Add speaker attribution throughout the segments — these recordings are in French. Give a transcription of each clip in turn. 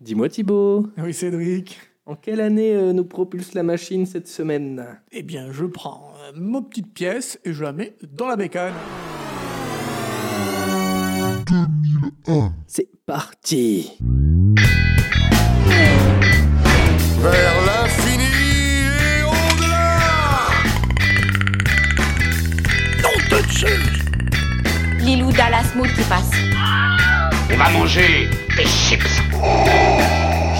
Speaker 1: Dis-moi Thibaut,
Speaker 2: Oui, Cédric.
Speaker 1: en quelle année euh, nous propulse la machine cette semaine
Speaker 2: Eh bien, je prends euh, ma petite pièce et je la mets dans la bécane.
Speaker 1: C'est parti
Speaker 3: vers l'infini et au-delà.
Speaker 4: Lilou Dallas Mood qui passe.
Speaker 5: On va manger des chips.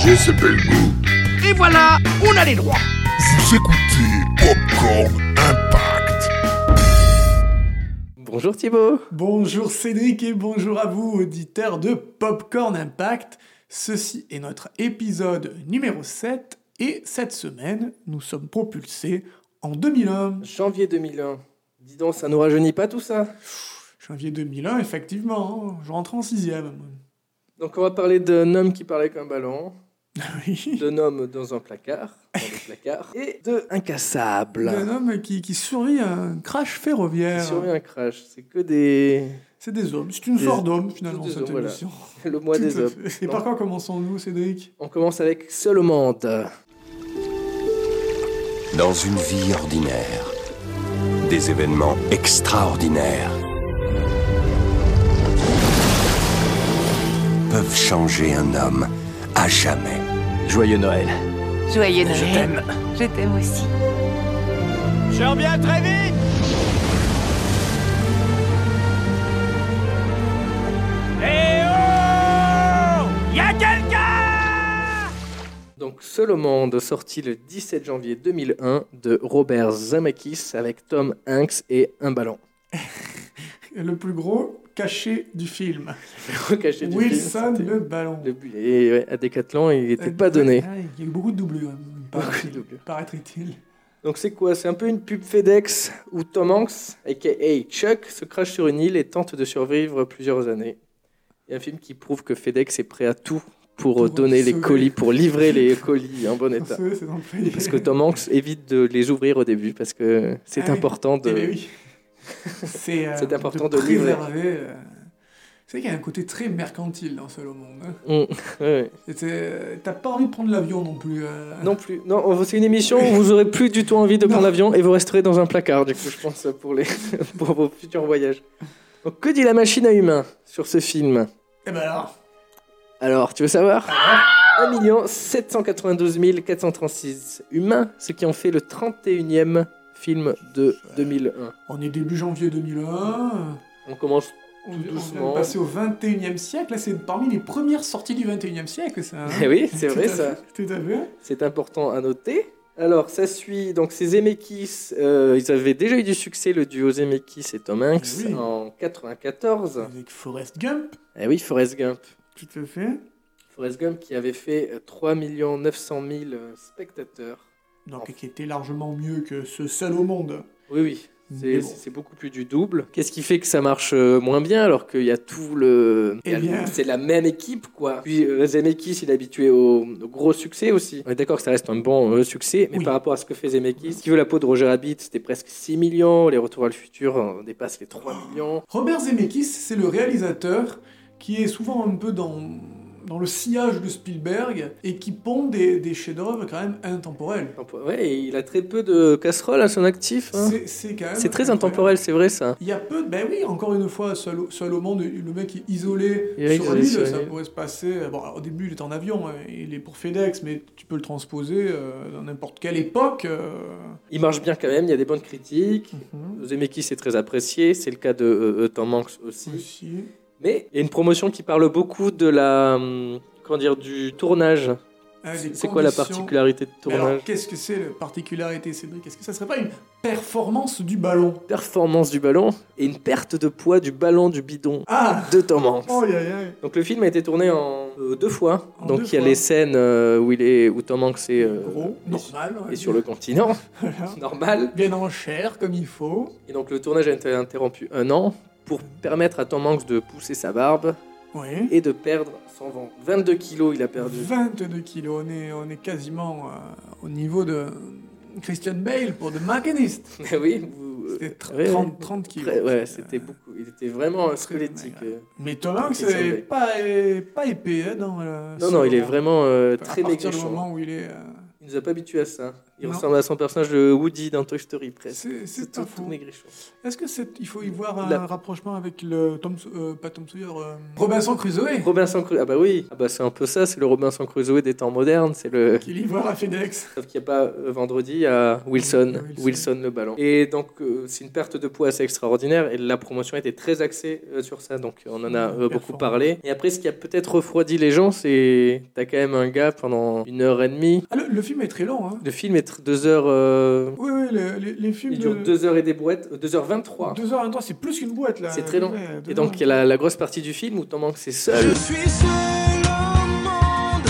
Speaker 3: J'ai ce bel goût.
Speaker 5: Et voilà, on a les droits.
Speaker 3: Vous écoutez Popcorn Impact.
Speaker 1: Bonjour Thibaut
Speaker 2: Bonjour Cédric et bonjour à vous, auditeurs de Popcorn Impact. Ceci est notre épisode numéro 7 et cette semaine, nous sommes propulsés en 2001.
Speaker 1: Janvier 2001. Dis donc, ça nous rajeunit pas tout ça
Speaker 2: Janvier 2001, effectivement, hein, je rentre en sixième.
Speaker 1: Donc on va parler d'un homme qui parlait comme un ballon,
Speaker 2: Oui.
Speaker 1: d'un homme dans un placard, dans le placard, et de incassable
Speaker 2: Un homme qui, qui survit à un crash
Speaker 1: qui
Speaker 2: ferroviaire.
Speaker 1: survit un crash. C'est que des...
Speaker 2: C'est des hommes, c'est une
Speaker 1: Des-
Speaker 2: sorte d'homme finalement
Speaker 1: des
Speaker 2: cette
Speaker 1: hommes, voilà.
Speaker 2: émission.
Speaker 1: le mois
Speaker 2: Tout
Speaker 1: des
Speaker 2: à
Speaker 1: hommes.
Speaker 2: fait. Et par quoi commençons-nous, Cédric
Speaker 1: On commence avec Seul au monde.
Speaker 6: Dans une vie ordinaire, des événements extraordinaires peuvent changer un homme à jamais.
Speaker 7: Joyeux Noël.
Speaker 4: Joyeux Noël. Je t'aime. Je t'aime aussi.
Speaker 1: Donc Seul au monde, sorti le 17 janvier 2001 de Robert Zemeckis avec Tom Hanks et un ballon.
Speaker 2: le plus gros cachet du film.
Speaker 1: Caché du
Speaker 2: Wilson
Speaker 1: film,
Speaker 2: le ballon.
Speaker 1: c'était- le- Et ouais, à Decathlon, il n'était pas donné.
Speaker 2: Ah, Il y a eu beaucoup de doublures,
Speaker 1: Beaucoup de
Speaker 2: paraît-il.
Speaker 1: doublures.
Speaker 2: Paraît-il.
Speaker 1: Donc c'est quoi C'est un peu une pub FedEx où Tom Hanks, aka Chuck, se crache sur une île et tente de survivre plusieurs années. Il y a un film qui prouve que FedEx est prêt à tout pour,
Speaker 2: Pour
Speaker 1: donner les
Speaker 2: sauver.
Speaker 1: colis, pour livrer les colis en bon état.
Speaker 2: Ceux, ces employés.
Speaker 1: Parce que Tom Hanks évite de les ouvrir au début parce que c'est
Speaker 2: Ah oui.
Speaker 1: important
Speaker 2: Eh
Speaker 1: de...
Speaker 2: ben oui. C'est euh,
Speaker 1: C'est important de livrer.
Speaker 2: préserver. euh, C'est vrai qu'il y a un côté très mercantile dans Seul au monde. hein.
Speaker 1: On- Ouais.
Speaker 2: Et c'est, euh, T'as pas envie de prendre l'avion non plus. euh.
Speaker 1: Non plus. Non, on- c'est une émission où vous aurez plus du tout envie de prendre
Speaker 2: Non.
Speaker 1: l'avion et vous resterez dans un placard, du coup, je pense, pour, les... pour vos futurs voyages. Donc, que dit la machine à humains sur ce film
Speaker 2: Eh ben alors,
Speaker 1: Alors, tu veux savoir 1 792 436 humains, ce qui en fait le 31e film de 2001.
Speaker 2: on est début janvier 2001.
Speaker 1: On commence
Speaker 2: On,
Speaker 1: Tout
Speaker 2: on vient
Speaker 1: doucement.
Speaker 2: de passer au 21e siècle. Là, c'est parmi les premières sorties du 21e siècle, ça. hein.
Speaker 1: Eh oui, c'est
Speaker 2: Tout
Speaker 1: vrai,
Speaker 2: à
Speaker 1: ça.
Speaker 2: fait, Tout à fait.
Speaker 1: C'est important à noter. Alors, ça suit. Donc, ces Zemeckis, euh, ils avaient déjà eu du succès, le duo Zemeckis et Tom Hanks,
Speaker 2: Oui.
Speaker 1: en 94.
Speaker 2: Avec Forrest Gump,
Speaker 1: Eh oui, Forrest Gump.
Speaker 2: tout à fait.
Speaker 1: Forrest Gump qui avait fait euh, 3 900 000 euh, spectateurs.
Speaker 2: Donc, qui était largement mieux que ce seul au monde.
Speaker 1: Oui, oui. C'est
Speaker 2: Mais bon.
Speaker 1: c'est beaucoup plus du double. Qu'est-ce qui fait que ça marche euh, moins bien alors qu'il y a tout le.
Speaker 2: Eh
Speaker 1: il y a-
Speaker 2: bien.
Speaker 1: C'est la même équipe, quoi. Puis euh, Zemeckis, il est habitué au, au gros succès aussi. On est d'accord que ça reste un bon euh, succès, mais
Speaker 2: Oui.
Speaker 1: par rapport à ce que fait Zemeckis, qui veut la peau de Roger Rabbit, c'était presque 6 millions. Les Retours à le futur euh, dépassent les 3
Speaker 2: Oh.
Speaker 1: millions.
Speaker 2: Robert Zemeckis, c'est le réalisateur qui est souvent un peu dans, dans le sillage de Spielberg et qui pond des, des chefs-d'œuvre quand même intemporels.
Speaker 1: Ouais, et il a très peu de casseroles à son actif. hein.
Speaker 2: C'est- C'est quand même.
Speaker 1: C'est très intemporel, c'est vrai ça.
Speaker 2: Il y a peu de. Ben oui, encore une fois, seul, au- seul au monde, le mec est isolé
Speaker 1: Il est
Speaker 2: sur
Speaker 1: isolé
Speaker 2: l'île,
Speaker 1: sur
Speaker 2: ça
Speaker 1: l'île.
Speaker 2: pourrait se passer. euh, Bon, alors, au début, il est en avion, hein, il est pour FedEx, mais tu peux le transposer euh, dans n'importe quelle époque. euh.
Speaker 1: Il marche bien quand même, il y a des bonnes critiques. Zemeckis est très apprécié, c'est le cas de euh, euh, Tom Hanks aussi.
Speaker 2: Aussi.
Speaker 1: Mais il y a une promotion qui parle beaucoup de la. hum, Comment dire, du tournage.
Speaker 2: Ah, les
Speaker 1: C'est quoi la
Speaker 2: conditions-
Speaker 1: particularité de
Speaker 2: Mais
Speaker 1: tournage
Speaker 2: alors, qu'est-ce que c'est la particularité, Cédric Est-ce que ça serait pas une performance du ballon
Speaker 1: Performance du ballon et une perte de poids du ballon du bidon
Speaker 2: Ah
Speaker 1: de Tom Hanks.
Speaker 2: Oh, aïe, aïe, aïe.
Speaker 1: Donc le film a été tourné en euh, deux fois.
Speaker 2: En
Speaker 1: Donc
Speaker 2: deux
Speaker 1: il y a
Speaker 2: fois.
Speaker 1: les scènes euh, où, il est, où Tom Hanks est, euh,
Speaker 2: Gros, normal. on va
Speaker 1: est sur
Speaker 2: dire.
Speaker 1: le continent,
Speaker 2: Voilà.
Speaker 1: normal.
Speaker 2: Bien en chair, comme il faut.
Speaker 1: Et donc le tournage a été interrompu un an pour permettre à Tom Hanks de pousser sa barbe
Speaker 2: Oui.
Speaker 1: et de perdre son ventre. 22 kilos il a perdu.
Speaker 2: 22 kilos, on est, on est quasiment euh, au niveau de Christian Bale pour The Machinist.
Speaker 1: Mais oui, vous, beaucoup. euh,
Speaker 2: C'était tr-
Speaker 1: ouais,
Speaker 2: 30, 30 kilos.
Speaker 1: très- ouais, c'était beaucoup. Il était vraiment euh,
Speaker 2: très
Speaker 1: squelettique.
Speaker 2: maigre.
Speaker 1: euh.
Speaker 2: Mais Tom Hanks
Speaker 1: Il semblait.
Speaker 2: n'est pas, est pas épais hein, dans le-
Speaker 1: Non,
Speaker 2: ce
Speaker 1: non, il est
Speaker 2: moment.
Speaker 1: vraiment euh, très
Speaker 2: à partir du
Speaker 1: maigrichon.
Speaker 2: moment où il est. euh,
Speaker 1: Il nous a pas habitués à ça. Il
Speaker 2: Non.
Speaker 1: ressemble à son personnage de Woody dans Toy Story presque.
Speaker 2: C'est c'est
Speaker 1: tout,
Speaker 2: pas
Speaker 1: tout
Speaker 2: fou.
Speaker 1: maigrichon.
Speaker 2: Est-ce que c'est il faut y voir un
Speaker 1: La-
Speaker 2: rapprochement avec le Tom euh, pas Tom Sawyer euh, Robinson Crusoe
Speaker 1: Robinson Crusoe. Ah bah oui. Ah bah c'est un peu ça. C'est le Robinson Crusoe des temps modernes. C'est le
Speaker 2: qui livre à FedEx.
Speaker 1: Sauf qu'il n'y a pas euh, vendredi à Wilson,
Speaker 2: Wilson.
Speaker 1: Wilson, le ballon. Et donc, euh, c'est une perte de poids assez extraordinaire. Et la promotion était très axée euh, sur ça. Donc, on en a
Speaker 2: Ouais,
Speaker 1: euh, beaucoup
Speaker 2: performant.
Speaker 1: parlé. Et après, ce qui a peut-être refroidi les gens, c'est t'as quand même un gars pendant une heure et demie.
Speaker 2: Ah, le, le film est très long hein.
Speaker 1: Le film est tr- deux heures. euh,
Speaker 2: Oui oui le- les, les films
Speaker 1: il dure
Speaker 2: de-
Speaker 1: deux heures et des boîtes. euh, deux heures vingt-trois.
Speaker 2: 2h23, c'est plus qu'une boîte là.
Speaker 1: C'est très long.
Speaker 2: Ouais, deux
Speaker 1: Et donc, il y a
Speaker 2: heures.
Speaker 1: la, la grosse partie du film où t'en manques, c'est seul.
Speaker 6: suis seul au monde.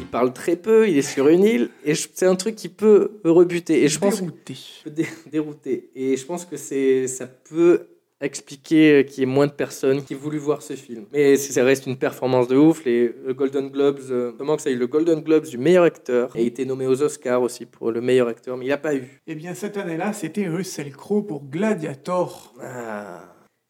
Speaker 1: Il parle très peu. Il est sur une île. Et je- c'est un truc qui peut rebuter. Et je pense
Speaker 2: Dérouté.
Speaker 1: peut dé- dérouter. Et je pense que c'est ça peut expliquer euh, qu'il y ait moins de personnes qui aient voulu voir ce film. Mais c- ça reste une performance de ouf. Les euh, Golden Globes, euh, comment que ça a eu le Golden Globes du meilleur acteur et a été nommé aux Oscars aussi pour le meilleur acteur, mais il n'a pas eu.
Speaker 2: Eh bien cette année-là, c'était Russell Crowe pour Gladiator.
Speaker 1: Ah.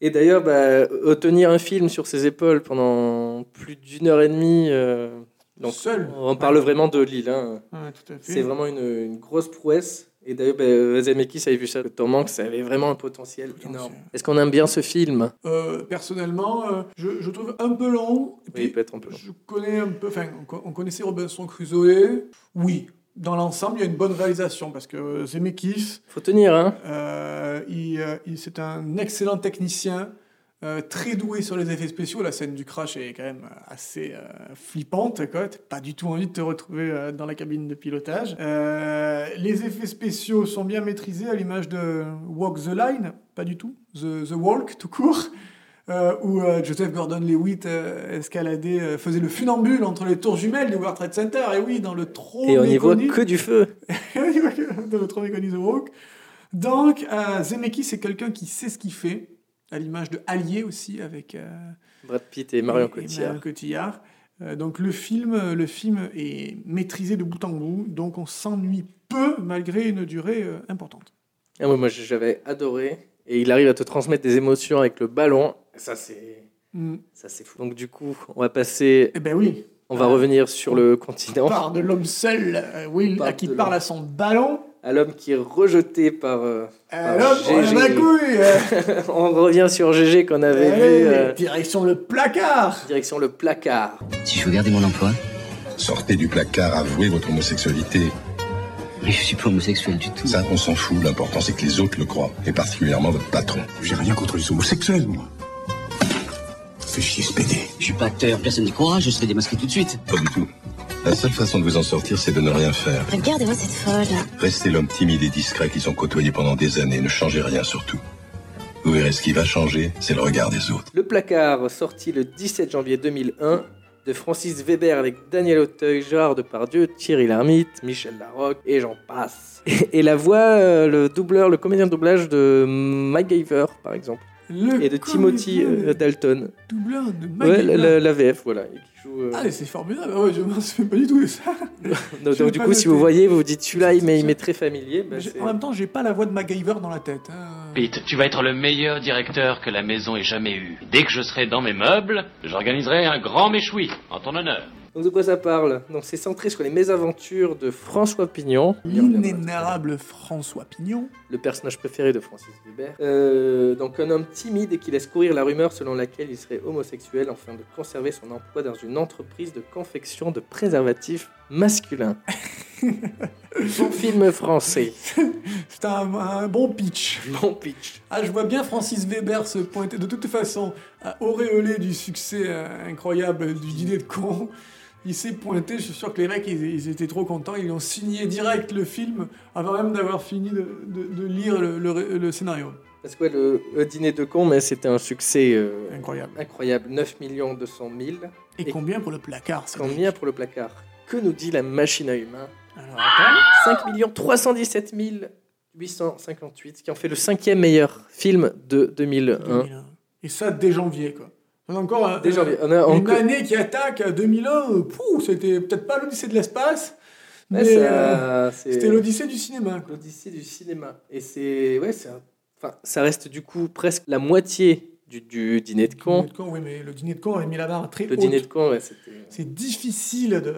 Speaker 1: Et d'ailleurs, bah, euh, tenir un film sur ses épaules pendant plus d'une heure et demie, euh, donc
Speaker 2: Seul.
Speaker 1: on parle vraiment de Lille. hein.
Speaker 2: Ouais, tout à fait.
Speaker 1: C'est vraiment une, une grosse prouesse. Et d'ailleurs, ben, Zemeckis avait vu ça. Tom Hanks avait vraiment un potentiel
Speaker 2: Potentiel.
Speaker 1: énorme. Est-ce qu'on aime bien ce film
Speaker 2: Euh, personnellement, euh, je, je trouve un peu long. Et
Speaker 1: Oui,
Speaker 2: puis,
Speaker 1: il peut être un peu long.
Speaker 2: Je connais un peu, enfin, on co- on connaissait Robinson Crusoe. Oui, dans l'ensemble, il y a une bonne réalisation parce que euh, Zemeckis,
Speaker 1: Faut tenir, hein
Speaker 2: euh, il, euh, il- c'est un excellent technicien, euh, très doué sur les effets spéciaux. La scène du crash est quand même assez euh, flippante, quoi. T'as pas du tout envie de te retrouver euh, dans la cabine de pilotage. Euh, les effets spéciaux sont bien maîtrisés à l'image de Walk the Line, pas du tout, The, the Walk tout court. euh, où euh, Joseph Gordon-Lewitt euh, escaladait, euh, faisait le funambule entre les tours jumelles du World Trade Center, et oui, dans le trop
Speaker 1: Et on y voit
Speaker 2: méconnu-
Speaker 1: que du feu.
Speaker 2: de notre mécanisme woke. Donc, euh, Zemeckis, c'est quelqu'un qui sait ce qu'il fait, à l'image de Allier aussi, avec euh,
Speaker 1: Brad Pitt et Marion
Speaker 2: et- et
Speaker 1: Cotillard.
Speaker 2: Marion Cotillard. Euh, donc, le film, euh, le film est maîtrisé de bout en bout, donc on s'ennuie peu, malgré une durée euh, importante.
Speaker 1: Ah ouais, moi, j'avais adoré. Et il arrive à te transmettre des émotions avec le ballon. Ça, c'est...
Speaker 2: Mm.
Speaker 1: Ça, c'est fou. Ah. Donc, du coup, on va passer...
Speaker 2: Eh ben oui,
Speaker 1: On va revenir sur le continent.
Speaker 2: on part de l'homme seul, euh, Will,
Speaker 1: Part
Speaker 2: à qui
Speaker 1: de
Speaker 2: parle
Speaker 1: l'homme.
Speaker 2: à son ballon.
Speaker 1: À l'homme qui est rejeté par... euh, Ah,
Speaker 2: Euh, l'homme, on
Speaker 1: GG.
Speaker 2: a la couille euh,
Speaker 1: on revient sur GG qu'on avait
Speaker 2: allez,
Speaker 1: vu... euh,
Speaker 2: Direction le placard
Speaker 1: Direction le placard.
Speaker 7: Si je veux garder mon emploi,
Speaker 3: Sortez du placard, avouez votre homosexualité.
Speaker 7: mais je suis pas homosexuel du tout.
Speaker 3: Ça, on s'en fout. L'important, c'est que les autres le croient. Et particulièrement votre patron. J'ai rien contre les homosexuels, moi. Fais chier ce pédé.
Speaker 7: Je suis pas acteur, personne n'y croit, je serai démasqué tout de suite.
Speaker 3: Pas du tout. La seule façon de vous en sortir, c'est de ne rien faire.
Speaker 4: Regardez-moi cette folle.
Speaker 3: Restez l'homme timide et discret qu'ils ont côtoyé pendant des années. Ne changez rien surtout. Vous verrez ce qui va changer, c'est le regard des autres.
Speaker 1: Le placard, sorti le 17 janvier 2001, de Francis Weber avec Daniel Auteuil, Gérard Depardieu, Thierry Lhermitte, Michel Larocque, et j'en passe. Et la voix, euh, le doubleur, le comédien de doublage de MacGyver, par exemple,
Speaker 2: Le
Speaker 1: et de Timothy
Speaker 2: comédien
Speaker 1: euh, Dalton.
Speaker 2: Doubleur de
Speaker 1: Ouais, la,
Speaker 2: Magdalena.
Speaker 1: la- la VF, voilà. et qui joue, euh,
Speaker 2: Ah, mais c'est formidable, Ah ouais, je m'en souviens pas du tout de ça.
Speaker 1: donc,
Speaker 2: je l'ai
Speaker 1: du
Speaker 2: pas
Speaker 1: coup, si
Speaker 2: noté.
Speaker 1: vous voyez, vous vous dites celui-là, il m'est il m'est très familier. bah,
Speaker 2: J'ai-
Speaker 1: c'est-
Speaker 2: en même temps, j'ai pas la voix de MacGyver dans la tête. hein.
Speaker 8: Pete, tu vas être le meilleur directeur que la maison ait jamais eu. Dès que je serai dans mes meubles, j'organiserai un grand méchoui en ton honneur.
Speaker 1: Donc, de quoi ça parle Donc, c'est centré sur les mésaventures de François Pignon.
Speaker 2: L'inénarrable François Pignon.
Speaker 1: le personnage préféré de Francis Weber. Euh, donc un homme timide et qui laisse courir la rumeur selon laquelle il serait homosexuel afin de conserver son emploi dans une entreprise de confection de préservatifs masculins. Bon film français.
Speaker 2: C'est un, un bon pitch.
Speaker 1: Bon pitch.
Speaker 2: Ah, je vois bien Francis Weber se pointer de toute façon à auréolé du succès euh, incroyable du dîner de con. Il s'est pointé, je suis sûr que les mecs, ils, ils étaient trop contents, ils ont signé direct le film avant même d'avoir fini de, de- de lire le, le ré- le scénario.
Speaker 1: Parce que ouais, le, le dîner de con, mais c'était un succès euh,
Speaker 2: Incroyable.
Speaker 1: incroyable. 9 200 000.
Speaker 2: Et combien pour le placard c'est
Speaker 1: Combien pour le placard Que nous dit la machine à humains
Speaker 2: Alors, attends.
Speaker 1: 5 317 858, qui en fait le cinquième meilleur film de 2001.
Speaker 2: 2001. Et ça dès janvier, quoi. On a encore un-
Speaker 1: Déjà,
Speaker 2: un-
Speaker 1: on a
Speaker 2: une
Speaker 1: encore...
Speaker 2: année qui attaque à 2001. euh, pouh, c'était peut-être pas l'Odyssée de l'espace, mais
Speaker 1: Ouais, ça-
Speaker 2: euh,
Speaker 1: c'est-
Speaker 2: c'était l'Odyssée du cinéma. quoi.
Speaker 1: l'Odyssée du cinéma. Et c'est ouais, c'est un Enfin, ça reste du coup presque la moitié du, du dîner de
Speaker 2: Le
Speaker 1: con.
Speaker 2: dîner de con, oui, mais le dîner de con avait mis la barre très
Speaker 1: Le
Speaker 2: haute.
Speaker 1: dîner de con, ouais, c'était.
Speaker 2: C'est difficile de...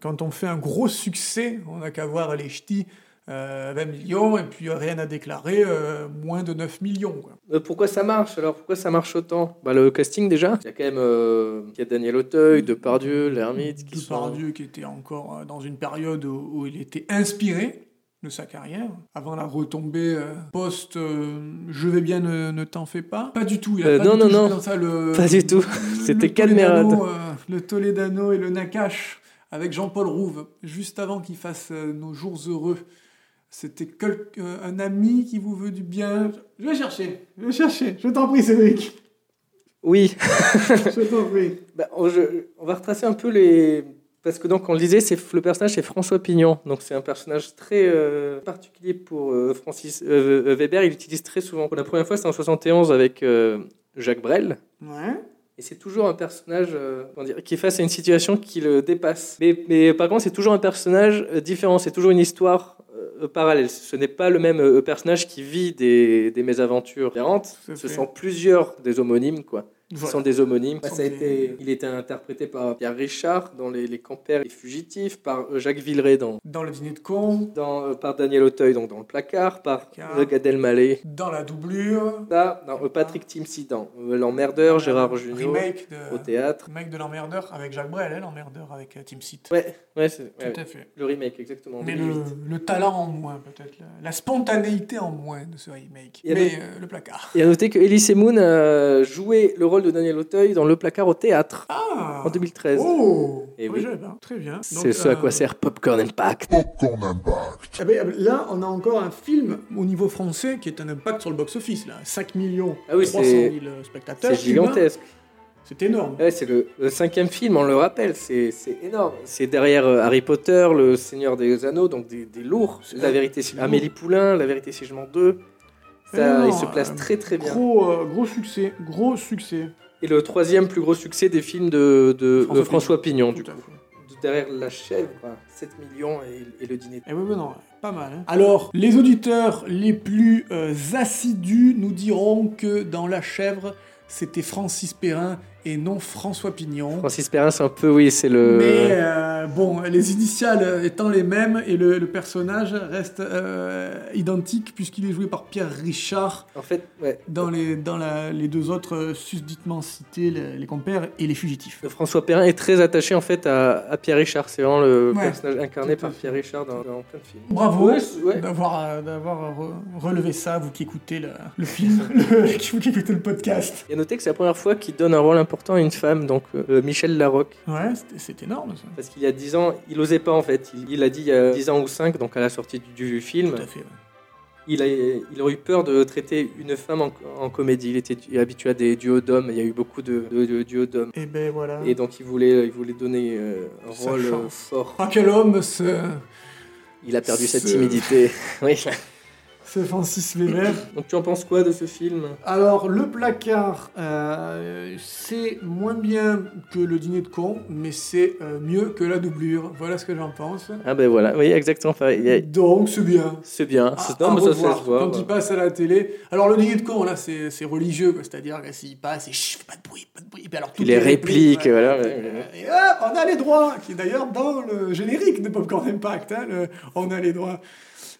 Speaker 2: quand on fait un gros succès, on n'a qu'à voir les ch'tis. euh, 20 millions et puis euh, rien à déclarer, euh, moins de 9 millions. Quoi.
Speaker 1: Euh, pourquoi ça marche alors Pourquoi ça marche autant bah, Le casting déjà. Il y a quand même euh, il y a Daniel Auteuil, Depardieu, l'ermite. qui sont-
Speaker 2: Depardieu qui était encore euh, dans une période où, où il était inspiré de sa carrière, avant la retombée euh, post euh, Je vais bien, ne, ne t'en fais pas. Pas du tout, il a
Speaker 1: Euh,
Speaker 2: pas
Speaker 1: non,
Speaker 2: du
Speaker 1: non,
Speaker 2: tout joué
Speaker 1: non.
Speaker 2: dans ça. Le,
Speaker 1: Pas du tout. C'était Calmerade.
Speaker 2: Toledano, euh, le Toledano et le Nakash avec Jean-Paul Rouve, juste avant qu'il fasse euh, Nos jours heureux. C'était quel- euh, un ami qui vous veut du bien. Je vais chercher, je vais chercher. Je t'en prie, Cédric.
Speaker 1: Oui.
Speaker 2: Je t'en prie.
Speaker 1: Bah, on, je- on va retracer un peu les. Parce que donc on le disait, c'est le personnage c'est François Pignon, donc c'est un personnage très euh, particulier pour euh, Francis euh, euh, Weber. Il l'utilise très souvent. Pour la première fois, c'est en 71 avec euh, Jacques Brel,
Speaker 2: Ouais.
Speaker 1: Et c'est toujours un personnage euh, comment dire, qui est face à une situation qui le dépasse. Mais, mais par contre, c'est toujours un personnage euh, différent, c'est toujours une histoire euh, parallèle. Ce n'est pas le même euh, personnage qui vit des, des mésaventures différentes.
Speaker 2: Tout à
Speaker 1: Ce
Speaker 2: fait.
Speaker 1: sont plusieurs des homonymes, quoi. Ce
Speaker 2: Voilà.
Speaker 1: sont des homonymes.
Speaker 2: Voilà.
Speaker 1: Ça a été, il était interprété par Pierre Richard dans Les, les Campères et Fugitifs, par euh, Jacques Villeray dans,
Speaker 2: Dans le dîner de con,
Speaker 1: dans, euh, par Daniel Auteuil donc dans Le Placard, par
Speaker 2: Placard.
Speaker 1: euh, Gad Elmaleh.
Speaker 2: dans la doublure,
Speaker 1: Ça, non, euh, Patrick Timsit dans euh, L'Emmerdeur, Gérard Jugnot
Speaker 2: remake euh, de,
Speaker 1: au théâtre.
Speaker 2: remake de l'emmerdeur avec Jacques Brel, hein, l'emmerdeur avec euh, Tim Seat.
Speaker 1: Ouais, ouais, c'est- ouais, ouais.
Speaker 2: Tout à fait.
Speaker 1: Le remake, exactement. en
Speaker 2: Mais
Speaker 1: 2008.
Speaker 2: le, le talent en moins, peut-être. La, la spontanéité en moins de ce remake.
Speaker 1: Il y a
Speaker 2: Mais euh, le placard.
Speaker 1: Et à noter que Elise et Moon a joué le rôle de Daniel Auteuil dans Le Placard au théâtre
Speaker 2: Ah
Speaker 1: en 2013.
Speaker 2: Oh
Speaker 1: Eh
Speaker 2: Pas
Speaker 1: oui.
Speaker 2: jeune, hein. Très bien.
Speaker 1: C'est
Speaker 2: Donc,
Speaker 1: ce à
Speaker 2: euh,
Speaker 1: quoi sert Popcorn Impact.
Speaker 3: Popcorn Impact.
Speaker 2: eh ben, là, on a encore un film au niveau français qui est un impact sur le box-office. là. 5 millions,
Speaker 1: Ah oui,
Speaker 2: 300
Speaker 1: c'est-
Speaker 2: 000 spectateurs.
Speaker 1: C'est gigantesque.
Speaker 2: C'est énorme.
Speaker 1: Ouais, c'est le, le cinquième film, on le rappelle, c'est c'est énorme. C'est derrière euh, Harry Potter, Le Seigneur des Anneaux, donc des, des lourds.
Speaker 2: C'est
Speaker 1: La vérité, si-
Speaker 2: lourd.
Speaker 1: Amélie Poulain, La vérité si je mens 2. Ça,
Speaker 2: Énorme,
Speaker 1: il se place
Speaker 2: euh,
Speaker 1: très très Eh bien.
Speaker 2: Gros, euh, gros succès, gros succès.
Speaker 1: Et le troisième plus gros succès des films de, de-
Speaker 2: François
Speaker 1: de François Pignon,
Speaker 2: Tout
Speaker 1: du
Speaker 2: à
Speaker 1: coup.
Speaker 2: fait.
Speaker 1: Derrière La Chèvre, quoi. 7 millions et, et le dîner.
Speaker 2: Eh oui, oui, non, pas mal. hein. Alors, les auditeurs les plus euh, assidus nous diront que dans La Chèvre, c'était Francis Perrin et non François Pignon.
Speaker 1: Francis Perrin, c'est un peu, oui, c'est le.
Speaker 2: Mais euh, bon, les initiales euh, étant les mêmes et le, le personnage reste euh, identique puisqu'il est joué par Pierre Richard
Speaker 1: En fait, ouais.
Speaker 2: dans les, dans la- les deux autres euh, susditement cités, les, les compères et les fugitifs.
Speaker 1: Le François Perrin est très attaché en fait à, à Pierre Richard. C'est vraiment le
Speaker 2: Ouais,
Speaker 1: personnage incarné
Speaker 2: tout à
Speaker 1: par
Speaker 2: fait.
Speaker 1: Pierre Richard dans, dans plein de films.
Speaker 2: Bravo
Speaker 1: Ouais, c'est- ouais.
Speaker 2: d'avoir euh, d'avoir, euh, re- relevé ça, vous qui écoutez le, le film, le- vous qui écoutez le podcast.
Speaker 1: Et à noter que c'est la première fois qu'il donne un rôle important à une femme, donc euh, Michel Larocque.
Speaker 2: Ouais, c'est- c'est énorme ça.
Speaker 1: Parce qu'il y a 10 ans, il osait pas en fait. Il, il a dit il y a 10 ans ou 5, donc à la sortie du, du film,
Speaker 2: Tout à fait. ouais.
Speaker 1: il, a, il aurait eu peur de traiter une femme en, en comédie. Il était habitué à des duos d'hommes, il y a eu beaucoup de, de- de duos d'hommes.
Speaker 2: Et ben voilà.
Speaker 1: Et donc il voulait, il voulait donner euh, un
Speaker 2: Sa
Speaker 1: rôle euh,
Speaker 2: chance.
Speaker 1: fort.
Speaker 2: Ah, quel homme ce,
Speaker 1: Il a perdu cette
Speaker 2: Ce-
Speaker 1: timidité. oui.
Speaker 2: ce Francis Weber.
Speaker 1: Donc tu en penses quoi de ce film
Speaker 2: Alors, le placard, euh, c'est moins bien que le dîner de con, mais c'est euh, mieux que la doublure. Voilà ce que j'en pense.
Speaker 1: Ah ben voilà, oui, exactement pareil. Il y a-
Speaker 2: Donc, c'est bien.
Speaker 1: C'est bien.
Speaker 2: Ah,
Speaker 1: C'est- non,
Speaker 2: à
Speaker 1: mais ça, ça
Speaker 2: revoir,
Speaker 1: se voit,
Speaker 2: quand
Speaker 1: ouais.
Speaker 2: il passe à la télé. Alors, le dîner de con, là, c'est c'est religieux, quoi. c'est-à-dire que s'il passe, et chut, pas de bruit, pas de bruit. Et alors,
Speaker 1: Puis
Speaker 2: toutes
Speaker 1: les répliques,
Speaker 2: ouais.
Speaker 1: voilà. ouais, ouais.
Speaker 2: Et hop, on a les droits, qui est d'ailleurs dans le générique de Popcorn Impact, hein, le- on a les droits.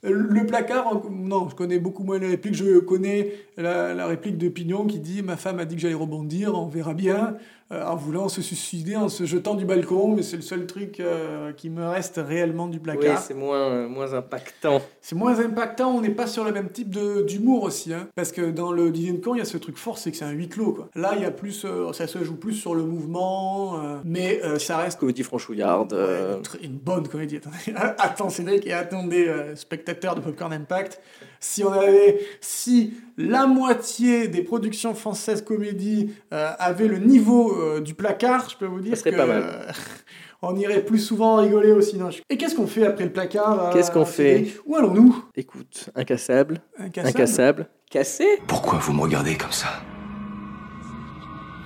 Speaker 2: Le placard, on- non, je connais beaucoup moins les répliques, je connais la, la réplique de Pignon qui dit « Ma femme a dit que j'allais rebondir, on verra bien euh, en voulant se suicider, en se jetant du balcon, mais c'est le seul truc euh, qui me reste réellement du
Speaker 1: Oui,
Speaker 2: placard.
Speaker 1: c'est moins, euh, moins impactant.
Speaker 2: c'est moins impactant, on n'est pas sur le même type de- d'humour aussi, hein, parce que dans le dîner de camp, il y a ce truc fort, c'est que c'est un huis clos. Quoi. Là, il y a plus, euh, ça se joue plus sur le mouvement, euh, mais euh, ça reste
Speaker 1: Comédie franchouillarde. euh,
Speaker 2: Ouais, une tr- une bonne comédie. Attendez, attends Cédric et attendez euh, spectateurs de Popcorn Impact. Si on avait, si la moitié des productions françaises comédies euh, avaient le niveau euh, du placard, je peux vous dire
Speaker 1: serait
Speaker 2: que
Speaker 1: pas mal.
Speaker 2: euh, on irait plus souvent rigoler au cinéma. Et qu'est-ce qu'on fait après le placard euh,
Speaker 1: Qu'est-ce qu'on fait
Speaker 2: Cédric Où allons-nous
Speaker 1: Écoute, incassable,
Speaker 2: Incassable.
Speaker 1: incassable. Cassé
Speaker 9: Pourquoi vous me regardez comme ça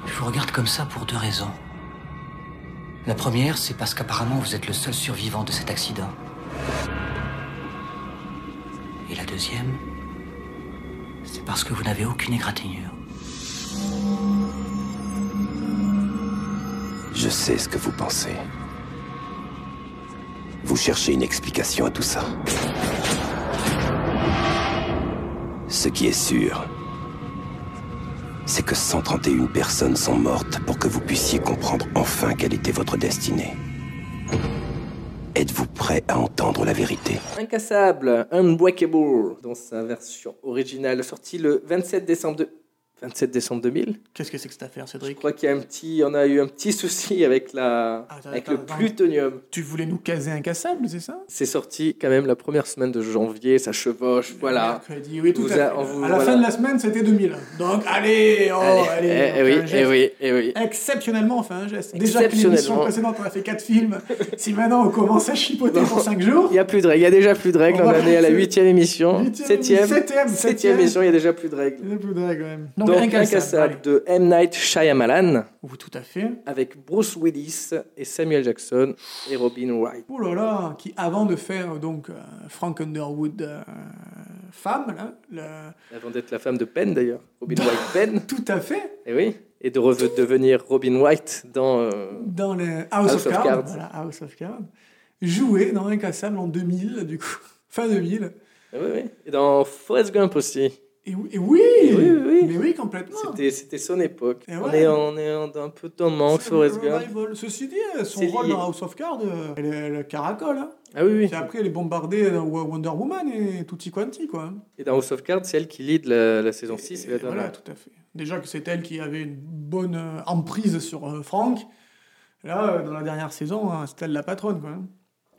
Speaker 7: Je vous regarde comme ça pour deux raisons. La première, c'est parce qu'apparemment vous êtes le seul survivant de cet accident. Et la deuxième, C'est parce que vous n'avez aucune égratignure.
Speaker 9: Je sais ce que vous pensez. Vous cherchez une explication à tout ça. Ce qui est sûr, c'est que 131 personnes sont mortes pour que vous puissiez comprendre enfin quelle était votre destinée. Êtes-vous prêt à entendre la vérité
Speaker 1: Incassable, Unbreakable, dans sa version originale, sortie le 27 décembre de- 27 décembre 2000.
Speaker 2: Qu'est-ce que c'est que cette affaire,
Speaker 1: Je
Speaker 2: Cédric
Speaker 1: crois qu'il y a un petit, on a eu un petit souci avec la,
Speaker 2: Ah, Attends,
Speaker 1: avec
Speaker 2: attends,
Speaker 1: le
Speaker 2: attends.
Speaker 1: plutonium.
Speaker 2: Tu voulais nous caser incassable, c'est ça
Speaker 1: C'est sorti quand même la première semaine de janvier, ça chevauche, voilà.
Speaker 2: Mercredi, oui, tout
Speaker 1: Vous
Speaker 2: à fait.
Speaker 1: a- on vous-
Speaker 2: à la
Speaker 1: voilà.
Speaker 2: fin de la semaine, c'était 2000. Donc, allez, oh,
Speaker 1: Allez,
Speaker 2: allez, on
Speaker 1: eh,
Speaker 2: fait
Speaker 1: eh
Speaker 2: un
Speaker 1: oui, eh
Speaker 2: geste.
Speaker 1: oui, eh oui.
Speaker 2: Exceptionnellement, on fait un geste. Déjà que l'émission
Speaker 1: Exceptionnellement.
Speaker 2: précédente, on a fait 4 films. si maintenant on commence à chipoter
Speaker 1: Non.
Speaker 2: pour 5 jours,
Speaker 1: Il n'y a plus de règles, il y a déjà plus de règles.
Speaker 2: On
Speaker 1: On,
Speaker 2: va
Speaker 1: en est à la
Speaker 2: passer-
Speaker 1: huitième émission,
Speaker 2: Huitième,
Speaker 1: septième,
Speaker 2: septième, septième.
Speaker 1: septième émission, il y a déjà plus de règles.
Speaker 2: il y a plus de règles, quand même. Donc,
Speaker 1: Donc,
Speaker 2: incassable.
Speaker 1: Incassable de M. Night Shyamalan
Speaker 2: allez. Oui, tout à fait.
Speaker 1: avec Bruce Willis et Samuel Jackson et Robin Wright.
Speaker 2: Oh là là, qui avant de faire euh, donc euh, Frank Underwood euh, femme, là, le-
Speaker 1: Avant d'être la femme de Penn d'ailleurs, Robin Wright Penn,
Speaker 2: tout à fait
Speaker 1: et oui, et de rev- devenir Robin White dans euh,
Speaker 2: dans le House, of, Cards, voilà, House of Cards, joué dans Incassable en 2000 du coup, fin 2000.
Speaker 1: eh Oui, oui. Et dans Forrest Gump aussi.
Speaker 2: Et, oui- et oui,
Speaker 1: Et oui, oui, oui.
Speaker 2: mais oui complètement.
Speaker 1: C'était, c'était son époque.
Speaker 2: Et
Speaker 1: On
Speaker 2: ouais.
Speaker 1: est, on est en- un peu dans le manque,
Speaker 2: C'est
Speaker 1: Forrest
Speaker 2: le
Speaker 1: Gump.
Speaker 2: revival. Ceci dit, son
Speaker 1: C'est
Speaker 2: rôle
Speaker 1: lié.
Speaker 2: dans House of Cards, euh, elle, elle caracole. Hein.
Speaker 1: Ah oui, oui.
Speaker 2: Puis après, elle est bombardée dans Wo- Wonder Woman et Tutti Quanti, quoi.
Speaker 1: Et dans House of Cards, c'est elle qui lead la, la saison 6.
Speaker 2: Et voilà, tout à fait. Déjà que c'est elle qui avait une bonne euh, emprise sur euh, Frank. Là, euh, dans la dernière saison, hein, c'est elle la patronne, quoi.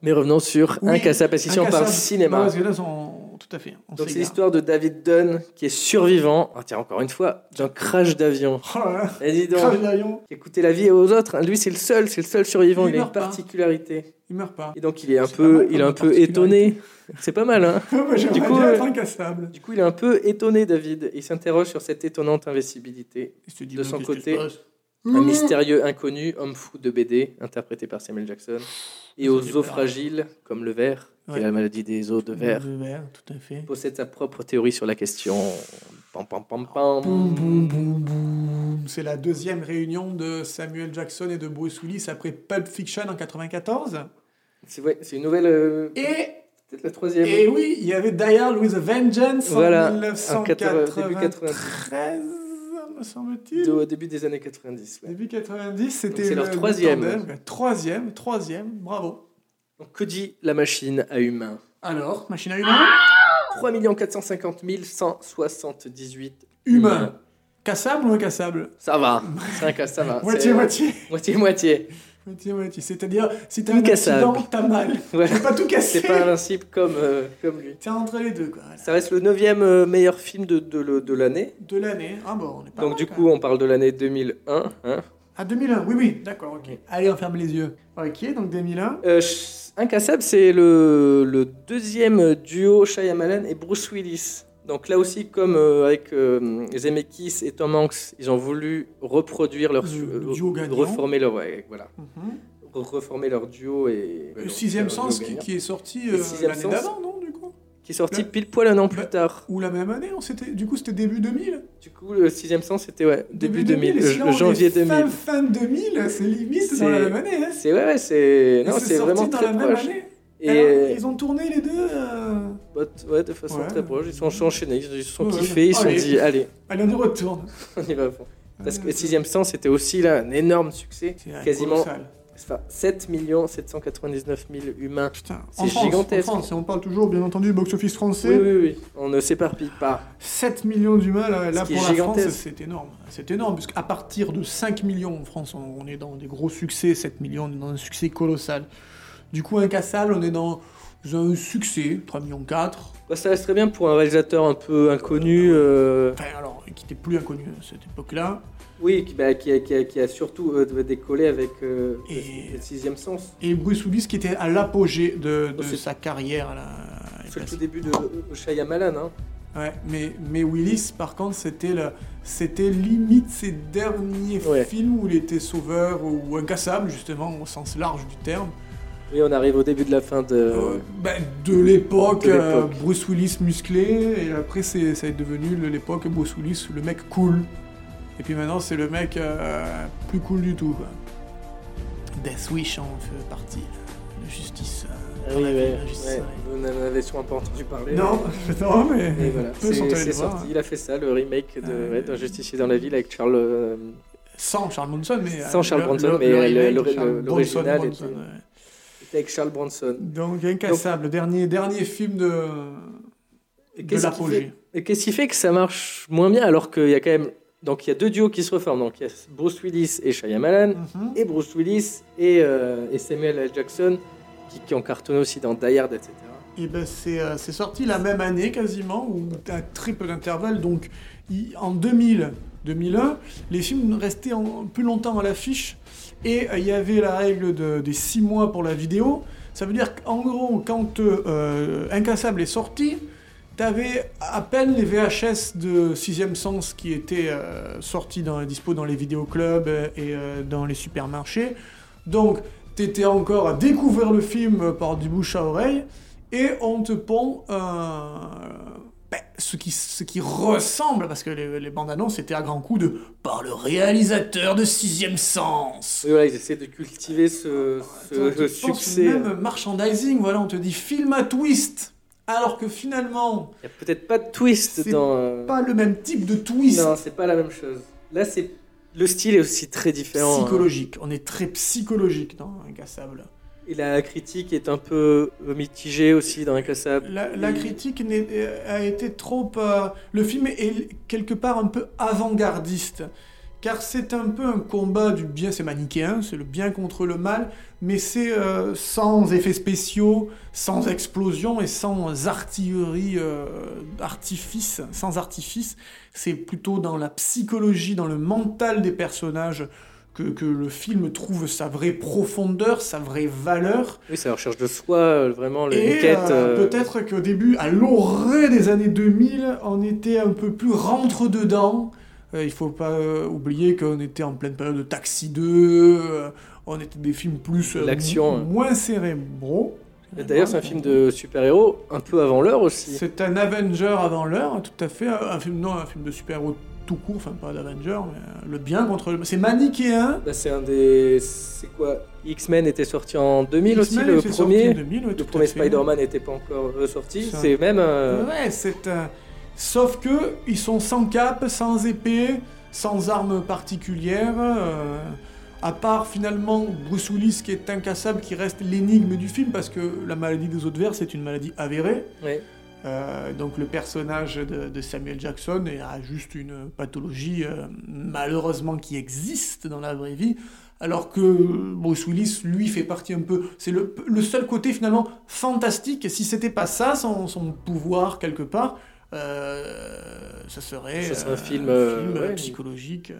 Speaker 1: Mais revenons sur
Speaker 2: Oui,
Speaker 1: Incassable, parce qu'ici on parle
Speaker 2: Incassable. Non,
Speaker 1: cinéma.
Speaker 2: parce que là, on- tout à fait. on
Speaker 1: Donc c'est
Speaker 2: s'égare.
Speaker 1: l'histoire de David Dunn qui est survivant, ah, tiens encore une fois, d'un crash d'avion.
Speaker 2: Oh là là,
Speaker 1: Et dis donc,
Speaker 2: crève d'avion.
Speaker 1: qui a coûté la vie aux autres, hein. lui c'est le seul, c'est le seul survivant, il,
Speaker 2: Il
Speaker 1: a une
Speaker 2: meurt pas.
Speaker 1: particularité.
Speaker 2: il meurt pas.
Speaker 1: Et donc il est un
Speaker 2: C'est pas mal
Speaker 1: peu,
Speaker 2: comme
Speaker 1: il est un peu
Speaker 2: particularité.
Speaker 1: étonné. C'est pas mal, hein
Speaker 2: Moi, J'aimerais
Speaker 1: Du coup,
Speaker 2: bien
Speaker 1: euh,
Speaker 2: être incassable.
Speaker 1: Du coup, il est un peu étonné, David. Il s'interroge sur cette étonnante invincibilité.
Speaker 2: Il se dit,
Speaker 1: de
Speaker 2: mais
Speaker 1: son
Speaker 2: bah, qu'est-ce qui se
Speaker 1: côté,
Speaker 2: passe Mmh.
Speaker 1: Un mystérieux inconnu, homme fou de BD, interprété par Samuel Jackson. Et
Speaker 2: Ça
Speaker 1: aux
Speaker 2: fait
Speaker 1: os
Speaker 2: peur.
Speaker 1: fragiles, comme le verre, qui
Speaker 2: Ouais. Mmh.
Speaker 1: est la maladie des os de verre,
Speaker 2: De verre, tout à fait.
Speaker 1: possède sa propre théorie sur la question. Pam, pam, pam, pam.
Speaker 2: Boum, boum, boum, boum. C'est la deuxième réunion de Samuel Jackson et de Bruce Willis après Pulp Fiction en 94.
Speaker 1: C'est ouais, c'est une nouvelle. euh,
Speaker 2: Et
Speaker 1: Peut-être la troisième.
Speaker 2: Et oui, il y avait Die Hard with a Vengeance
Speaker 1: Voilà,
Speaker 2: en
Speaker 1: en
Speaker 2: 1993,
Speaker 1: quatre- début
Speaker 2: 93, me
Speaker 1: de-
Speaker 2: semble-t-il.
Speaker 1: au début des années 90. ouais.
Speaker 2: Début 90, c'était
Speaker 1: c'est leur
Speaker 2: le
Speaker 1: troisième.
Speaker 2: Bouton d'Ève. Troisième, troisième, bravo.
Speaker 1: Donc, que dit la machine à humains
Speaker 2: Alors, machine à humain
Speaker 1: 3 450 178
Speaker 2: Humain.
Speaker 1: humains.
Speaker 2: Cassable ou incassable
Speaker 1: Ça va. 5 ça va.
Speaker 2: Moitié,
Speaker 1: Ah, C'est- euh,
Speaker 2: moitié.
Speaker 1: Moitié, moitié.
Speaker 2: Moitié, moitié. C'est-à-dire, si t'as un
Speaker 1: Incassable.
Speaker 2: accident, t'as mal.
Speaker 1: Ouais.
Speaker 2: T'as pas tout cassé.
Speaker 1: C'est pas invincible comme, euh, comme lui.
Speaker 2: T'es entre les deux, quoi. voilà.
Speaker 1: Ça reste le neuvième euh, meilleur film de, de, le- de l'année.
Speaker 2: De l'année. Ah bon, on est pas
Speaker 1: Donc
Speaker 2: mal,
Speaker 1: du
Speaker 2: quand
Speaker 1: coup, on parle de l'année 2001. hein.
Speaker 2: Ah, 2001, oui, oui, d'accord, ok. Allez, on ferme les yeux. Ok, donc 2001.
Speaker 1: Euh, Ch- Incassable, c'est le, le deuxième duo Shyamalan et Bruce Willis. Donc là aussi, comme euh, avec euh, Zemeckis et Tom Hanks, ils ont voulu reproduire leur
Speaker 2: Le-
Speaker 1: su-
Speaker 2: le
Speaker 1: euh,
Speaker 2: duo gagnant.
Speaker 1: reformer leur ouais, voilà,
Speaker 2: Mhm.
Speaker 1: Re- reformer leur duo et
Speaker 2: Le sixième
Speaker 1: leur duo
Speaker 2: sens qui,
Speaker 1: gagnant.
Speaker 2: qui est sorti
Speaker 1: Le
Speaker 2: euh,
Speaker 1: sixième
Speaker 2: l'année
Speaker 1: sens.
Speaker 2: d'avant, non, du coup
Speaker 1: qui est sorti
Speaker 2: le-
Speaker 1: pile poil un an
Speaker 2: le-
Speaker 1: plus tard.
Speaker 2: Ou la même année, on s'était, du coup c'était début 2000
Speaker 1: Du coup, le sixième sens, c'était ouais, début, 2000,
Speaker 2: et
Speaker 1: euh,
Speaker 2: sinon, on est
Speaker 1: janvier
Speaker 2: Fin,
Speaker 1: 2000.
Speaker 2: fin 2000, c'est limite dans
Speaker 1: C'est-
Speaker 2: la même année. Hein.
Speaker 1: C'est ouais, ouais, c'est
Speaker 2: Et
Speaker 1: non, c'est
Speaker 2: sorti
Speaker 1: vraiment
Speaker 2: dans
Speaker 1: très
Speaker 2: la même
Speaker 1: proche.
Speaker 2: année.
Speaker 1: Et euh,
Speaker 2: Alors, ils ont tourné les deux. euh,
Speaker 1: Bah, t- ouais, de façon
Speaker 2: Ouais.
Speaker 1: très proche. Ils sont enchaînés, ils se sont
Speaker 2: Ouais.
Speaker 1: kiffés, ils se sont
Speaker 2: Allez.
Speaker 1: dit allez,
Speaker 2: Allez, on y retourne.
Speaker 1: on y va à fond. Parce que
Speaker 2: Ouais.
Speaker 1: Sixième Sens c'était aussi là un énorme succès,
Speaker 2: C'est
Speaker 1: quasiment
Speaker 2: colossal.
Speaker 1: enfin, 7 799 000 humains.
Speaker 2: Putain,
Speaker 1: C'est
Speaker 2: en France,
Speaker 1: gigantesque.
Speaker 2: En France, et on parle toujours, bien entendu, du box-office
Speaker 1: Oui,
Speaker 2: français.
Speaker 1: oui, oui, on ne s'éparpille pas.
Speaker 2: 7 millions d'humains, là, là
Speaker 1: qui est
Speaker 2: pour la France,
Speaker 1: gigantesque.
Speaker 2: c'est énorme. C'est énorme, parce qu'à partir de 5 millions en France, on, on est dans des gros succès. 7 millions, on est dans un succès colossal. Du coup, incassable, on est dans un succès, 3 millions 4.
Speaker 1: Bah, ça reste très bien pour un réalisateur un peu inconnu, euh,
Speaker 2: Enfin, alors, qui n'était plus inconnu à cette époque-là.
Speaker 1: oui, qui, bah, qui, a, qui a- qui a surtout euh, décollé avec euh,
Speaker 2: Et-
Speaker 1: le Sixième Sens.
Speaker 2: Et Bruce Willis, qui était à l'apogée de, de
Speaker 1: Oh, c'est-
Speaker 2: sa carrière. Là, est
Speaker 1: C'est le
Speaker 2: passé.
Speaker 1: tout début de de Shyamalan. Hein.
Speaker 2: Ouais, mais, mais Willis, par contre, c'était le- c'était limite ses derniers
Speaker 1: Ouais.
Speaker 2: films où il était sauveur ou incassable, justement, au sens large du terme.
Speaker 1: Oui, on arrive au début de la fin de.
Speaker 2: Euh, bah, de l'époque
Speaker 1: De
Speaker 2: euh,
Speaker 1: l'époque.
Speaker 2: Bruce Willis musclé, et après c'est, ça est devenu le- l'époque Bruce Willis, le mec cool. Et puis maintenant c'est le mec euh, plus cool du tout. Quoi. Death Wish en fait partie. La justice. euh,
Speaker 1: Ah
Speaker 2: dans
Speaker 1: oui,
Speaker 2: la
Speaker 1: ouais,
Speaker 2: ville, la justice,
Speaker 1: ouais.
Speaker 2: ouais.
Speaker 1: Vous n'en avez sûrement pas entendu parler.
Speaker 2: Non, non, mais
Speaker 1: Et voilà,
Speaker 2: peu sont
Speaker 1: c'est
Speaker 2: allés
Speaker 1: c'est
Speaker 2: le voir,
Speaker 1: sorti.
Speaker 2: hein.
Speaker 1: Il a fait ça, le remake de,
Speaker 2: Euh,
Speaker 1: ouais, d'un Justicier dans la ville avec Charles. euh,
Speaker 2: Sans Charles Manson, mais.
Speaker 1: Sans
Speaker 2: euh,
Speaker 1: Charles
Speaker 2: le-
Speaker 1: Bronson,
Speaker 2: le-
Speaker 1: mais, euh, le-
Speaker 2: remake,
Speaker 1: le- le-
Speaker 2: Charles
Speaker 1: l'original
Speaker 2: Bronson,
Speaker 1: était-
Speaker 2: Bronson, ouais.
Speaker 1: avec Charles Bronson.
Speaker 2: Donc Incassable, dernier, dernier film de,
Speaker 1: Et
Speaker 2: de
Speaker 1: qu'est-ce qui
Speaker 2: l'apogée.
Speaker 1: Et qu'est-ce qui fait que ça marche moins bien alors qu'il y a quand même. Donc il y a deux duos qui se reforment. Donc il y a Bruce Willis et Shyamalan,
Speaker 2: Mhm.
Speaker 1: et Bruce Willis et, euh, et Samuel L. Jackson, qui, qui ont cartonné aussi dans Die Hard, etc.
Speaker 2: Et ben c'est euh, c'est sorti la même année quasiment, ou à très peu d'intervalle. Donc il- en 2000, 2001, les films restaient en- plus longtemps à l'affiche. Et euh, il y avait la règle de- des 6 mois pour la vidéo. Ça veut dire qu'en gros, quand euh, euh, Incassable est sorti, t'avais à peine les VHS de Sixième Sens qui étaient euh, sortis dans, dispo dans les vidéoclubs euh, et euh, dans les supermarchés. Donc, t'étais encore à découvrir le film euh, par du bouche à oreille, et on te pond euh, ben, ce, qui, ce qui ressemble, parce que les, les bandes annonces étaient à grands coups de par le réalisateur de Sixième Sens.
Speaker 1: Oui, voilà, ils essaient de cultiver ce, ce- ce
Speaker 2: Attends, tu penses
Speaker 1: Euh, succès.
Speaker 2: Même euh, merchandising, voilà, on te dit film à twist, alors que finalement,
Speaker 1: Il n'y a peut-être pas de twist
Speaker 2: C'est
Speaker 1: dans. euh,
Speaker 2: pas le même type de twist.
Speaker 1: Non, c'est pas la même chose. Là, c'est le style est aussi très différent. hein.
Speaker 2: psychologique. On est très psychologique dans Incassable.
Speaker 1: Et la critique est un peu euh, mitigée aussi dans Incassable.
Speaker 2: La, la
Speaker 1: Et-
Speaker 2: critique n'est- euh, a été trop. euh, le film est quelque part un peu avant-gardiste. Car c'est un peu un combat du bien, c'est manichéen, c'est le bien contre le mal, mais c'est euh, sans effets spéciaux, sans explosion et sans artillerie, euh, artifice, sans artifice. C'est plutôt dans la psychologie, dans le mental des personnages que, que le film trouve sa vraie profondeur, sa vraie valeur.
Speaker 1: Oui, c'est la recherche de soi, euh, vraiment, le
Speaker 2: Et
Speaker 1: quête.
Speaker 2: euh,
Speaker 1: euh,
Speaker 2: peut-être qu'au début, à l'orée des années 2000, on était un peu plus rentre-dedans. Euh, il faut pas euh, oublier qu'on était en pleine période de Taxi 2, euh, on était des films plus... euh,
Speaker 1: L'action,
Speaker 2: mo-
Speaker 1: hein.
Speaker 2: Moins cérébraux.
Speaker 1: D'ailleurs, c'est un film de super-héros, un peu avant l'heure aussi.
Speaker 2: C'est un Avenger avant l'heure, tout à fait. Un un film, non, un film de super-héros tout court, enfin pas d'Avenger, mais euh, le bien contre le... C'est manichéen.
Speaker 1: Bah, c'est un des. C'est quoi X-Men était sorti en 2000 aussi,
Speaker 2: X-Men
Speaker 1: le
Speaker 2: était sorti en
Speaker 1: premier.
Speaker 2: 2000, ouais,
Speaker 1: Le
Speaker 2: tout à
Speaker 1: premier
Speaker 2: fait.
Speaker 1: Spider-Man n'était pas encore euh, sorti.
Speaker 2: C'est un-
Speaker 1: C'est même. euh,
Speaker 2: Ouais, c'est un... Sauf que ils sont sans cap, sans épée, sans armes particulières, euh, à part finalement Bruce Willis qui est incassable, qui reste l'énigme du film parce que la maladie des autres vers c'est une maladie avérée.
Speaker 1: ouais.
Speaker 2: Euh, donc le personnage de, de Samuel Jackson est- a juste une pathologie euh, malheureusement qui existe dans la vraie vie, alors que Bruce Willis, lui, fait partie un peu... C'est le, le seul côté finalement fantastique, si c'était pas ça, son, son pouvoir quelque part, euh, ça serait,
Speaker 1: Ça serait un
Speaker 2: euh,
Speaker 1: film, euh,
Speaker 2: film, euh,
Speaker 1: ouais.
Speaker 2: psychologique. euh,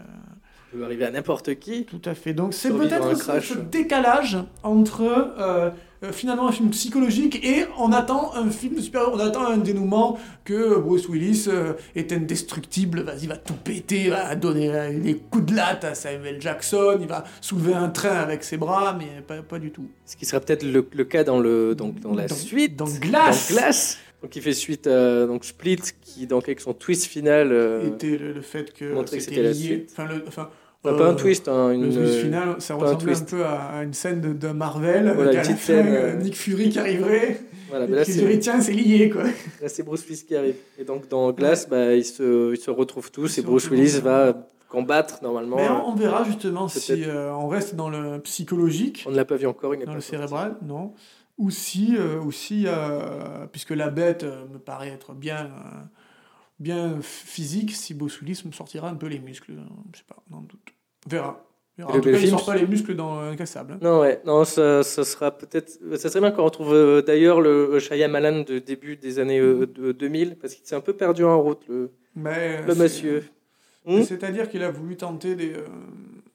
Speaker 1: Ça peut arriver à n'importe qui.
Speaker 2: tout à fait. Donc c'est
Speaker 1: Survivre à un
Speaker 2: peut-être ce,
Speaker 1: crash.
Speaker 2: ce décalage entre euh, euh, finalement un film psychologique et on attend un film super, on attend un dénouement que Bruce Willis euh, est indestructible, vas-y va tout péter, va donner euh, des coups de latte à Samuel Jackson, il va soulever un train avec ses bras, mais pas, pas du tout.
Speaker 1: Ce qui sera peut-être le, le cas dans, le, donc, dans la
Speaker 2: Dans-
Speaker 1: suite.
Speaker 2: dans Glass.
Speaker 1: Dans Glass. Donc il fait suite à donc, Split, qui donc avec son twist final. euh,
Speaker 2: Était le, le fait que
Speaker 1: montrer que
Speaker 2: c'était
Speaker 1: c'était la
Speaker 2: lié,
Speaker 1: suite.
Speaker 2: enfin le, enfin,
Speaker 1: enfin, pas
Speaker 2: euh,
Speaker 1: un twist, hein, une.
Speaker 2: Le twist
Speaker 1: euh,
Speaker 2: final, ça
Speaker 1: pas un
Speaker 2: ressemblait un,
Speaker 1: twist.
Speaker 2: peu à, à une scène de, de Marvel,
Speaker 1: Voilà,
Speaker 2: avec
Speaker 1: une
Speaker 2: à la
Speaker 1: petite
Speaker 2: fin,
Speaker 1: scène,
Speaker 2: euh,
Speaker 1: euh,
Speaker 2: Nick Fury qui arriverait,
Speaker 1: Voilà, mais
Speaker 2: et
Speaker 1: là
Speaker 2: qui dirait
Speaker 1: c'est
Speaker 2: tiens c'est lié quoi.
Speaker 1: là, c'est Bruce Willis qui arrive. Et donc dans Glass, bah, ils, se, ils se retrouvent tous
Speaker 2: Ils
Speaker 1: et
Speaker 2: se
Speaker 1: Bruce
Speaker 2: retrouvent,
Speaker 1: Willis
Speaker 2: ouais.
Speaker 1: va combattre normalement.
Speaker 2: Mais Ben, on, on verra justement si
Speaker 1: euh, Peut-être.
Speaker 2: euh, on reste dans le psychologique,
Speaker 1: On ne l'a pas vu encore, il n'est
Speaker 2: dans
Speaker 1: pas
Speaker 2: le
Speaker 1: sorti.
Speaker 2: cérébral, non. Ou si, euh, ou si, euh, puisque la bête euh, me paraît être bien, euh, bien physique, si Bruce Willis me sortira un peu les muscles. euh, je sais pas, non, doute. On verra. On verra.
Speaker 1: Et le
Speaker 2: En tout cas, il
Speaker 1: film,
Speaker 2: sort pas les muscles dans euh, Incassable. hein.
Speaker 1: Non, ouais, non, ça, ça sera peut-être. Ça serait bien qu'on retrouve euh, d'ailleurs le euh, Shyamalan de début des années euh, de- 2000, parce qu'il s'est un peu perdu en route, le,
Speaker 2: Mais, euh,
Speaker 1: le
Speaker 2: c'est-
Speaker 1: monsieur. Hmm
Speaker 2: C'est-à-dire qu'il a voulu tenter des, euh,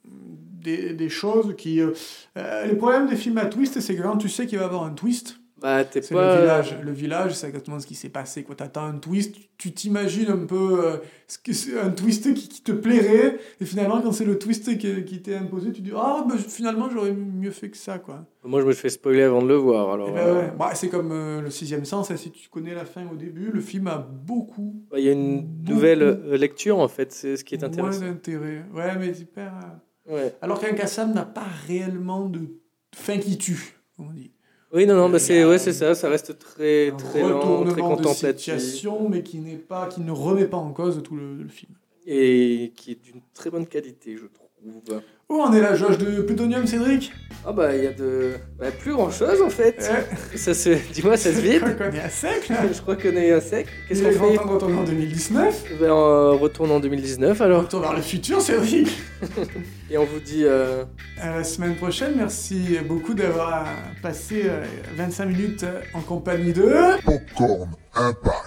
Speaker 2: des, des choses qui... euh, euh, le problème des films à twist, c'est que quand tu sais qu'il va y avoir un twist,
Speaker 1: Bah, t'es
Speaker 2: C'est
Speaker 1: pas.
Speaker 2: le village. Le village, c'est exactement ce qui s'est passé. Quoi, t'attends un twist, tu t'imagines un peu euh, ce que c'est, un twist qui, qui te plairait, et finalement, quand c'est le twist qui, qui t'est imposé, tu dis ah ben, finalement j'aurais mieux fait que ça quoi.
Speaker 1: Moi, je me fais spoiler avant de le voir. Alors,
Speaker 2: Eh ben,
Speaker 1: euh,
Speaker 2: ouais. Bah, c'est comme euh, le sixième sens. hein, si tu connais la fin au début, le film a beaucoup
Speaker 1: bah, il y a une nouvelle euh, lecture en fait, c'est ce qui est
Speaker 2: moins
Speaker 1: intéressant.
Speaker 2: d'intérêt. Ouais, mais super. euh,
Speaker 1: Ouais.
Speaker 2: Alors qu'un Kassam n'a pas réellement de fin qui tue, comme on dit.
Speaker 1: Oui, non, non, bah,
Speaker 2: Il y
Speaker 1: c'est
Speaker 2: a
Speaker 1: ouais, c'est ça, ça reste très,
Speaker 2: Un
Speaker 1: très lent, très
Speaker 2: retournement de
Speaker 1: contemplatif
Speaker 2: situation, mais qui n'est pas, qui ne remet pas en cause tout le, le film.
Speaker 1: et qui est d'une très bonne qualité, je trouve.
Speaker 2: Où en est la jauge de plutonium, Cédric
Speaker 1: Ah bah il y a de bah, plus grand chose en fait.
Speaker 2: Eh,
Speaker 1: Ça se, dis-moi, ça se vide.
Speaker 2: On est à sec là.
Speaker 1: je crois qu'on est à sec.
Speaker 2: Qu'est-ce
Speaker 1: Qu'est-ce qu'on fait
Speaker 2: quand on est en 2019
Speaker 1: Ben, on retourne en 2019 alors.
Speaker 2: Retour vers le futur, Cédric.
Speaker 1: Et on vous dit euh,
Speaker 2: À la semaine prochaine, merci beaucoup d'avoir passé euh, 25 minutes en euh, compagnie de.
Speaker 3: Popcorn Impact.